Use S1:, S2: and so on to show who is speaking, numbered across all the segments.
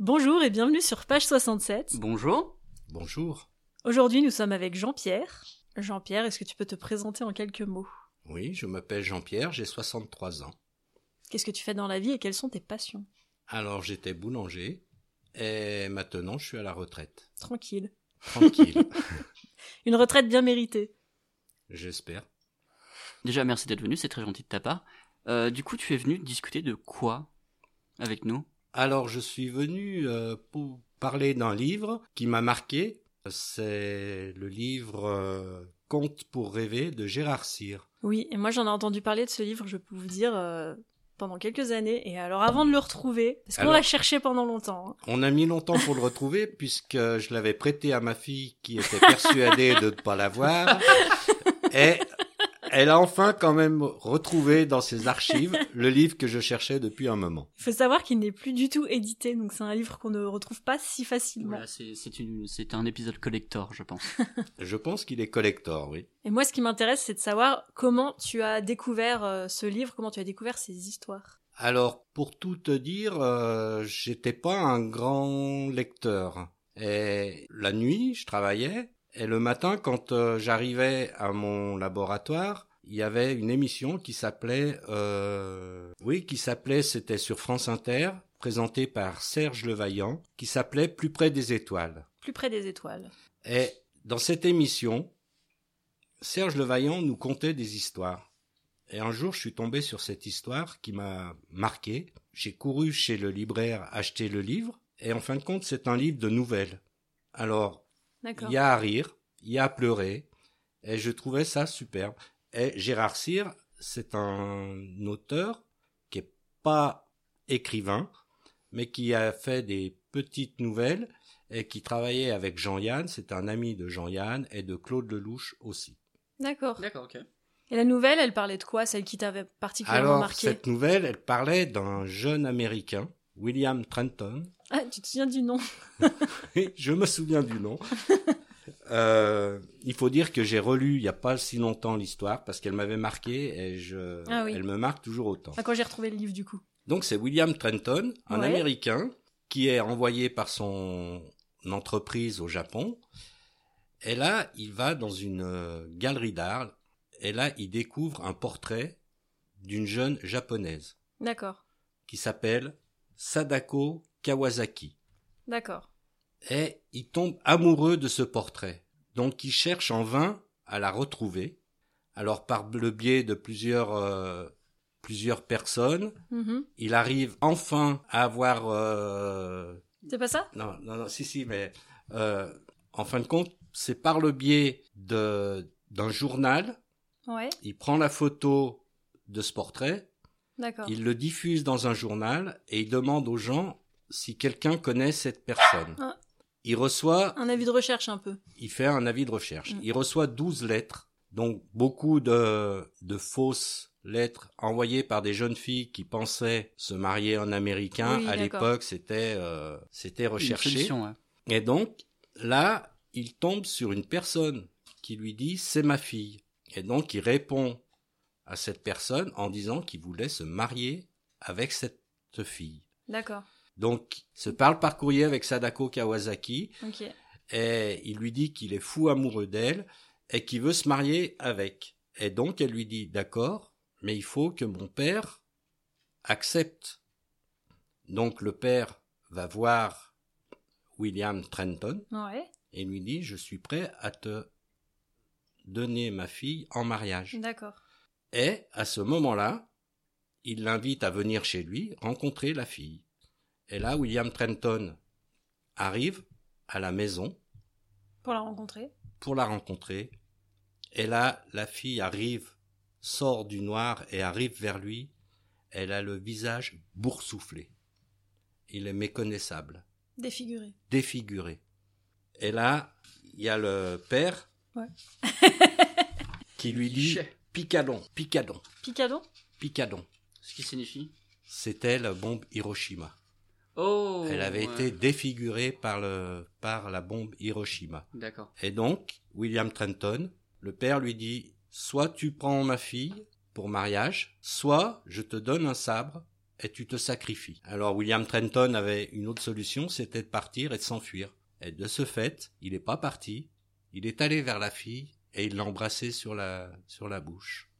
S1: Bonjour et bienvenue sur page 67.
S2: Bonjour.
S3: Bonjour.
S1: Aujourd'hui, nous sommes avec Jean-Pierre. Jean-Pierre, est-ce que tu peux te présenter en quelques mots
S3: Oui, je m'appelle Jean-Pierre, j'ai 63 ans.
S1: Qu'est-ce que tu fais dans la vie et quelles sont tes passions
S3: Alors j'étais boulanger et maintenant je suis à la retraite.
S1: Tranquille.
S3: Tranquille,
S1: Une retraite bien méritée.
S3: j'espère.
S2: Déjà, merci d'être venu, c'est très gentil de ta part. Euh, du coup, tu es venu discuter de quoi avec nous
S3: Alors je suis venu euh, pour parler d'un livre qui m'a marqué. C'est le livre euh, Conte pour rêver de Gérard Cyr.
S1: Oui, et moi j'en ai entendu parler de ce livre, je peux vous dire, euh, pendant quelques années. Et alors avant de le retrouver, parce qu'on
S3: Alors-
S1: l'a cherché pendant longtemps. hein.
S3: On a mis longtemps pour le retrouver puisque je l'avais prêté à ma fille qui était persuadée de ne pas l'avoir. Et elle a enfin quand même retrouvé dans ses archives le livre que je cherchais depuis un moment.
S1: Il faut savoir qu'il n'est plus du tout édité, donc c'est un livre qu'on ne retrouve pas si facilement.
S2: Voilà, c'est c'est une- c'est un épisode collector, je pense.
S3: Je pense qu'il est collector, oui.
S1: Et moi, ce qui m'intéresse, c'est de savoir comment tu as découvert euh, ce livre, comment tu as découvert ces histoires.
S3: Alors, pour tout te dire, euh, j'étais pas un grand lecteur. Et la nuit, je travaillais. Et le matin, quand euh, j'arrivais à mon laboratoire, il y avait une émission qui s'appelait, euh, oui, qui s'appelait, c'était sur France Inter, présentée par Serge Levaillant, qui s'appelait Plus près des étoiles.
S1: Plus près des étoiles.
S3: Et dans cette émission, Serge Levaillant nous contait des histoires. Et un jour, je suis tombé sur cette histoire qui m'a marqué. J'ai couru chez le libraire acheter le livre. Et en fin de compte, c'est un livre de nouvelles. Alors,
S1: D'accord.
S3: il y a à rire, il y a à pleurer. Et je trouvais ça superbe. Et Gérard Cyr, c'est un auteur qui est pas écrivain, mais qui a fait des petites nouvelles et qui travaillait avec Jean-Yann. C'est un ami de Jean-Yann et de Claude Lelouch aussi.
S1: D'accord.
S2: D'accord, ok.
S1: Et la nouvelle, elle parlait de quoi Celle qui t'avait particulièrement
S3: Alors,
S1: marqué
S3: cette nouvelle, elle parlait d'un jeune américain, William Trenton.
S1: Ah, tu te souviens du nom
S3: Oui, je me souviens du nom. Euh, il faut dire que j'ai relu il n'y a pas si longtemps l'histoire parce qu'elle m'avait marqué et je,
S1: Ah oui.
S3: elle me marque toujours autant.
S1: Ah, Quand j'ai retrouvé le livre, du coup.
S3: Donc c'est William Trenton, un
S1: Ouais.
S3: Américain, qui est envoyé par son entreprise au Japon. Et là, il va dans une euh, galerie d'art. Et là, il découvre un portrait d'une jeune japonaise
S1: D'accord.
S3: qui s'appelle Sadako Kawasaki.
S1: D'accord.
S3: Et il tombe amoureux de ce portrait. Donc il cherche en vain à la retrouver. Alors par le biais de plusieurs, euh, plusieurs personnes,
S1: Mhm.
S3: il arrive enfin à avoir euh,
S1: C'est pas ça
S3: non non non si si mais euh, en fin de compte c'est par le biais de d'un journal
S1: Ouais.
S3: il prend la photo de ce portrait
S1: D'accord.
S3: il le diffuse dans un journal et il demande aux gens si quelqu'un connaît cette personne
S1: Ah.
S3: il reçoit
S1: Un avis de recherche un peu.
S3: il fait un avis de recherche
S1: Mm.
S3: il reçoit 12 lettres donc beaucoup de de fausses lettres envoyées par des jeunes filles qui pensaient se marier en américain
S1: Oui,
S3: à
S1: d'accord.
S3: l'époque c'était euh, c'était
S2: Rechercher.
S3: recherché et donc, là, il tombe sur une personne qui lui dit c'est ma fille. Et donc, il répond à cette personne en disant qu'il voulait se marier avec cette fille.
S1: D'accord.
S3: Donc, il se parle par courrier avec Sadako Kawasaki
S1: Ok.
S3: et il lui dit qu'il est fou amoureux d'elle et qu'il veut se marier avec. Et donc, elle lui dit d'accord, mais il faut que mon père accepte. Donc, le père va voir William Trenton
S1: Ouais.
S3: et lui dit je suis prêt à te donner ma fille en mariage.
S1: D'accord.
S3: Et à ce moment-là, il l'invite à venir chez lui rencontrer la fille. Et là, William Trenton arrive à la maison
S1: Pour la rencontrer.
S3: pour la rencontrer. Et là, la fille arrive, sort du noir et arrive vers lui. Elle a le visage boursouflé. Il est méconnaissable.
S1: Défigurée.
S3: défiguré. Et là, il y a le père
S1: Ouais.
S3: qui lui dit Picadon, Picadon,
S1: Picadon
S3: Picadon.
S2: Ce qui signifie
S3: C'était la bombe Hiroshima.
S2: Oh
S3: Elle avait
S2: ouais.
S3: été défigurée par, le, par la bombe Hiroshima.
S2: D'accord.
S3: Et donc, William Trenton, le père lui dit Soit tu prends ma fille pour mariage, soit je te donne un sabre et tu te sacrifies. Alors William Trenton avait une autre solution, c'était de partir et de s'enfuir. Et de ce fait, il n'est pas parti, il est allé vers la fille et il l'a embrassée sur la, sur la bouche.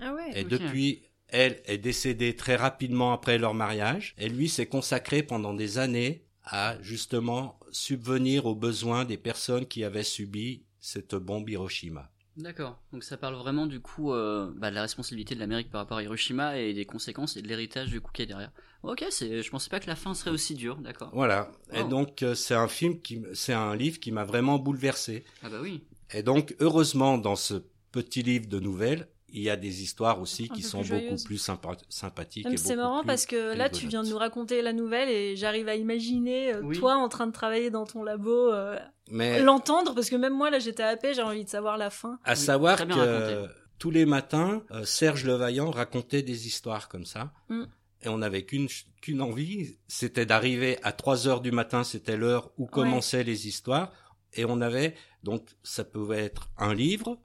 S1: Ah ouais.
S2: Et
S3: Et
S2: ok.
S3: depuis, elle est décédée très rapidement après leur mariage, et lui s'est consacré pendant des années à justement subvenir aux besoins des personnes qui avaient subi cette bombe Hiroshima.
S2: D'accord. Donc ça parle vraiment du coup euh, bah, de la responsabilité de l'Amérique par rapport à Hiroshima et des conséquences et de l'héritage du coup qu'il y a derrière. Ok, c'est. Je pensais pas que la fin serait aussi dure. D'accord.
S3: Voilà. Et
S1: Oh.
S2: Wow.
S3: donc euh, c'est un film qui, m- c'est un livre qui m'a vraiment bouleversé.
S2: Ah bah oui.
S3: Et donc heureusement dans ce petit livre de nouvelles, il y a des histoires aussi
S1: Un
S3: qui
S1: peu
S3: sont
S1: plus
S3: beaucoup
S1: joyeuses.
S3: plus sympa- sympathiques.
S1: Non, mais
S3: et
S1: C'est
S3: beaucoup
S1: marrant
S3: plus-
S1: parce que là, tu
S3: rigolote.
S1: viens de nous raconter la nouvelle et j'arrive à imaginer euh,
S2: Oui.
S1: toi en train de travailler dans ton labo, euh,
S3: Mais
S1: l'entendre parce que même moi, là, j'étais happée, j'ai envie de savoir la fin.
S3: À
S2: Oui,
S3: savoir
S2: très
S3: que
S2: bien raconté.
S3: tous les matins, euh, Serge Levaillant racontait des histoires comme ça.
S1: Mm.
S3: Et on n'avait qu'une ch- qu'une envie, c'était d'arriver à 3 heures du matin, c'était l'heure où commençaient les histoires. Et on avait, donc ça pouvait être un livre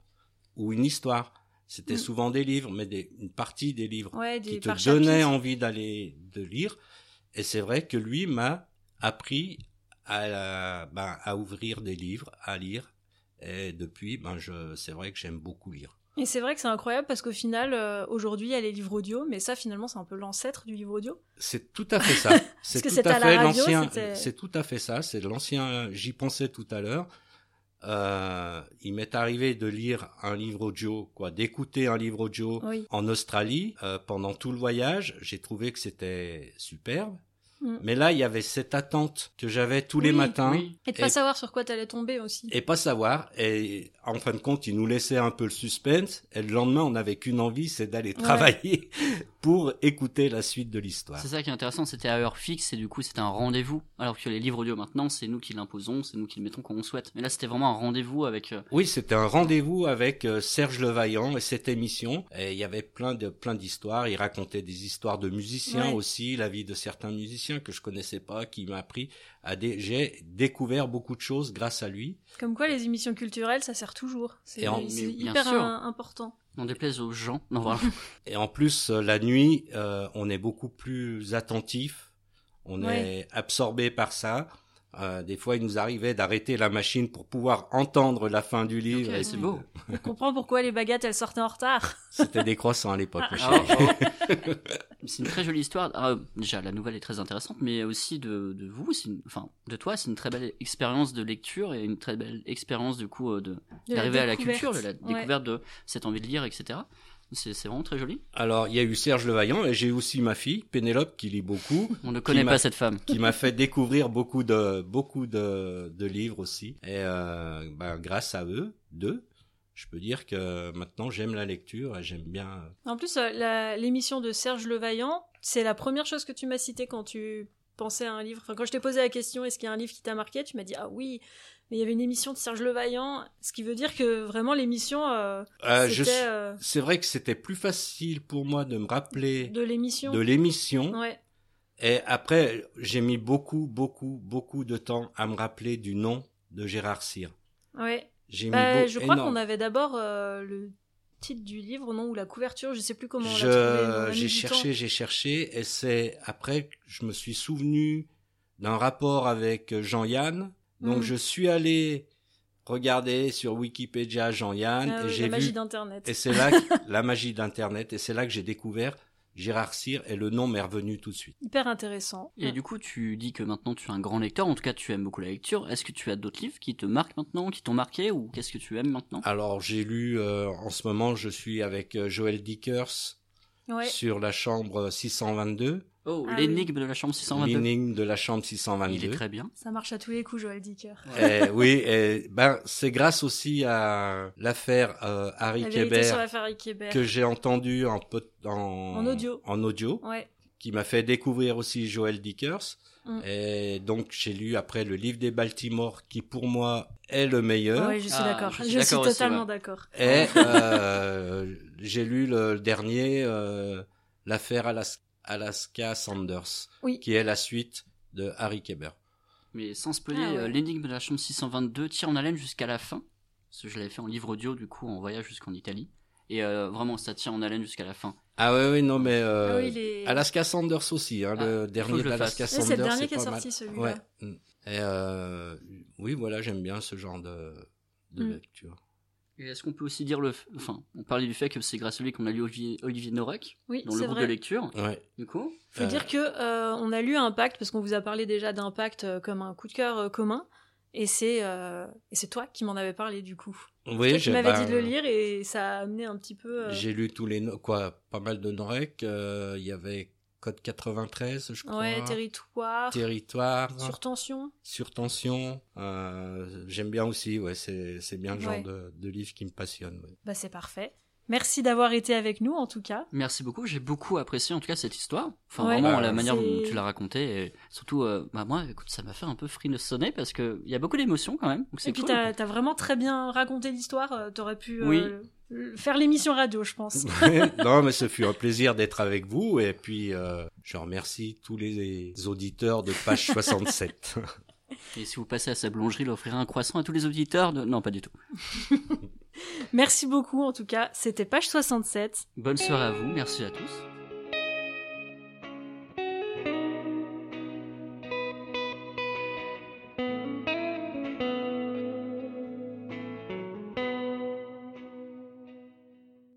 S3: ou une histoire. C'était
S1: Mm.
S3: souvent des livres, mais des, une partie des livres
S1: Ouais, des
S3: qui
S1: par
S3: te donnait
S1: chapitre.
S3: envie d'aller de lire. Et c'est vrai que lui m'a appris à, la- ben, à ouvrir des livres, à lire. Et depuis, ben, je, c'est vrai que j'aime beaucoup lire.
S1: Et c'est vrai que c'est incroyable parce qu'au final, euh, aujourd'hui, il y a les livres audio, mais ça, finalement, c'est un peu l'ancêtre du livre audio.
S3: C'est tout à fait ça.
S1: Parce
S3: C'est
S1: que
S3: tout
S1: c'était
S3: à
S1: à la
S3: fait
S1: radio,
S3: l'ancien.
S1: c'était-
S3: C'est tout à fait ça. C'est l'ancien. J'y pensais tout à l'heure. Euh, il m'est arrivé de lire un livre audio, quoi, d'écouter un livre audio
S1: Oui.
S3: en Australie euh, pendant tout le voyage. J'ai trouvé que c'était superbe.
S1: Mm.
S3: Mais là, il y avait cette attente que j'avais tous les
S2: Oui,
S3: matins
S2: oui.
S1: Et de pas
S3: Et-
S1: savoir sur quoi t'allais tomber aussi.
S3: et pas savoir. Et en fin de compte, il nous laissait un peu le suspense. Et le lendemain, on n'avait qu'une envie, c'est d'aller travailler pour écouter la suite de l'histoire.
S2: C'est ça qui est intéressant, c'était à heure fixe et du coup c'était un rendez-vous. Alors que les livres audio maintenant, c'est nous qui l'imposons, c'est nous qui le mettons quand on souhaite. Mais là c'était vraiment un rendez-vous avec. euh,
S3: Oui, c'était un rendez-vous avec euh, Serge Levaillant et cette émission. Et il y avait plein de plein d'histoires. Il racontait des histoires de musiciens
S1: Ouais.
S3: aussi, la vie de certains musiciens que je connaissais pas, qui m'a appris à des. J'ai découvert beaucoup de choses grâce à lui.
S1: Comme quoi, les émissions culturelles, ça sert toujours. C'est
S3: Et en-
S1: c'est
S2: mais bien
S1: hyper
S2: sûr.
S1: euh, important.
S2: On déplaise aux gens. Non voilà.
S3: Et en plus, euh, la nuit, euh, on est beaucoup plus attentif. On
S1: Ouais.
S3: est absorbé par ça. Euh, des fois, il nous arrivait d'arrêter la machine pour pouvoir entendre la fin du livre.
S2: Ok,
S3: et
S2: c'est
S3: puis
S2: beau.
S3: de-
S1: On comprend pourquoi les baguettes, elles sortaient en retard.
S3: C'était des croissants à l'époque. ma
S2: Ah,
S3: chérie.
S2: oh, oh. C'est une très jolie histoire. Ah, déjà, la nouvelle est très intéressante, mais aussi de, de vous, c'est une- enfin, de toi, c'est une très belle expérience de lecture et une très belle expérience du coup euh, de
S1: De
S2: d'arriver à la
S1: découverte.
S2: culture, de la
S1: Ouais.
S2: découverte de cette envie de lire, etc. C'est c'est vraiment très joli.
S3: Alors, il y a eu Serge Levaillant et j'ai aussi ma fille, Pénélope, qui lit beaucoup,
S2: On ne connaît
S3: m'a-
S2: pas cette femme.
S3: qui m'a fait découvrir beaucoup de, beaucoup de, de livres aussi. Et euh, ben, grâce à eux, deux, je peux dire que maintenant j'aime la lecture et j'aime bien.
S1: En plus, euh, la- l'émission de Serge Levaillant, c'est la première chose que tu m'as citée quand tu pensais à un livre. Enfin, quand je t'ai posé la question, est-ce qu'il y a un livre qui t'a marqué Tu m'as dit, ah oui, mais il y avait une émission de Serge Levaillant, ce qui veut dire que vraiment l'émission, euh,
S3: Euh, je
S1: c'était
S3: suis-
S1: euh,
S3: C'est vrai que c'était plus facile pour moi de me rappeler
S1: de l'émission.
S3: de l'émission.
S1: Ouais.
S3: Et après, j'ai mis beaucoup, beaucoup, beaucoup de temps à me rappeler du nom de Gérard Cyr.
S1: Ouais.
S3: J'ai
S1: Bah,
S3: mis beau-
S1: je crois
S3: énorme-
S1: qu'on avait d'abord euh, le titre du livre, non, ou la couverture, je sais plus comment on l'a trouvé. mais on a
S3: Je-
S1: mis
S3: J'ai
S1: du
S3: cherché, j'ai cherché, et c'est après que je me suis souvenu d'un rapport avec euh, Jean-Yann. Donc
S1: Mm.
S3: je suis allé regarder sur Wikipédia
S1: temps.
S3: Jean-Yann
S1: Ah
S3: et
S1: oui,
S3: j'ai
S1: la magie
S3: vu.
S1: d'Internet.
S3: Et c'est là que, la magie d'Internet, et c'est là que j'ai découvert Gérard Cyr et le nom m'est revenu tout de suite.
S1: Hyper intéressant.
S2: Et du coup, tu dis que maintenant tu es un grand lecteur, en tout cas tu aimes beaucoup la lecture. Est-ce que tu as d'autres livres qui te marquent maintenant, qui t'ont marqué, ou qu'est-ce que tu aimes maintenant
S3: Alors j'ai lu euh, en ce moment, je suis avec euh, Joël Dickers
S1: Ouais.
S3: sur la chambre 622,
S2: Oh,
S1: Ah oui.
S2: l'énigme de la chambre 622.
S3: l'énigme de la chambre 622.
S2: Il est très bien.
S1: Ça marche à tous les coups, Joël Dicker.
S3: Eh oui, eh, ben c'est grâce aussi à l'affaire euh, Harry
S1: La vérité sur
S3: Kéber
S1: l'affaire Ikebert.
S3: que j'ai entendu en, pot- en
S1: En audio.
S3: en audio,
S1: Ouais.
S3: qui m'a fait découvrir aussi Joel Dickers.
S1: Mm.
S3: Et donc j'ai lu après le livre des Baltimore, qui pour moi est le meilleur.
S1: oui, je suis
S2: Ah,
S1: d'accord.
S2: je
S1: Je
S2: suis
S1: suis,
S2: d'accord aussi,
S1: totalement
S2: ouais.
S1: d'accord.
S3: Et euh, j'ai lu le dernier, euh, l'affaire Alas- Alaska Sanders,
S1: Oui.
S3: qui est la suite de Harry Kéber.
S2: Mais sans spoiler,
S1: Ah ouais.
S2: euh, l'énigme de la chambre 622 tire en haleine jusqu'à la fin. Parce que je l'avais fait en livre audio, du coup, en voyage jusqu'en Italie. Et euh, vraiment, ça tient en haleine jusqu'à la fin.
S3: Ah oui, oui, non, mais euh,
S1: Ah oui, les-
S3: Alaska Sanders aussi, hein,
S2: Ah,
S3: le
S2: faut
S3: dernier
S2: que je le
S3: d'Alaska
S1: Ouais,
S3: Sanders.
S1: c'est le dernier qui est
S3: pas
S1: sorti,
S3: mal.
S1: celui-là.
S3: Ouais. Mm. Et euh, oui, voilà, j'aime bien ce genre de, de
S1: Mm.
S3: lecture.
S2: Et est-ce qu'on peut aussi dire le. f- Enfin, on parlait du fait que c'est grâce à lui qu'on a lu Olivier, Olivier Norak
S1: Oui,
S2: dans le
S1: c'est
S2: groupe
S1: vrai.
S2: de lecture.
S3: Ouais.
S2: Du coup,
S1: Faut
S3: Euh,
S1: dire que euh, on a lu Impact parce qu'on vous a parlé déjà d'Impact euh, comme un coup de cœur euh, commun. Et c'est euh, et c'est toi qui m'en avais parlé du coup.
S3: Oui,
S1: tu
S3: j'ai-
S1: m'avais
S3: bah,
S1: dit de le lire et ça a amené un petit peu. euh,
S3: J'ai lu tous les no- quoi, pas mal de Norek. euh, Il y avait Code 93, je crois.
S1: Ouais, territoire,
S3: Territoire,
S1: sur tension.
S3: surtension. euh, J'aime bien aussi, ouais, c'est c'est bien le genre
S1: Ouais.
S3: de, de livre qui me passionne. ouais.
S1: Bah c'est parfait. Merci d'avoir été avec nous en tout cas.
S2: merci beaucoup. J'ai beaucoup apprécié en tout cas cette histoire. Enfin,
S1: Ouais.
S2: vraiment,
S3: Ouais,
S2: la manière dont
S1: c'est-
S2: tu l'as racontée. Et surtout, euh, bah, moi, écoute, ça m'a fait un peu frissonner parce qu'il y a beaucoup d'émotions quand même. Donc c'est
S1: Et puis
S2: cool.
S1: t'as t'as vraiment très bien raconté l'histoire. euh, T'aurais pu euh,
S2: Oui.
S1: le- faire l'émission radio, je pense.
S3: non, mais ce fut un plaisir d'être avec vous. Et puis, euh, je remercie tous les auditeurs de page 67.
S2: Et si vous passez à sa boulangerie, il offrira un croissant à tous les auditeurs. De... Non, pas du tout.
S1: Merci beaucoup en tout cas. C'était page 67.
S2: Bonne soirée à vous. Merci à tous.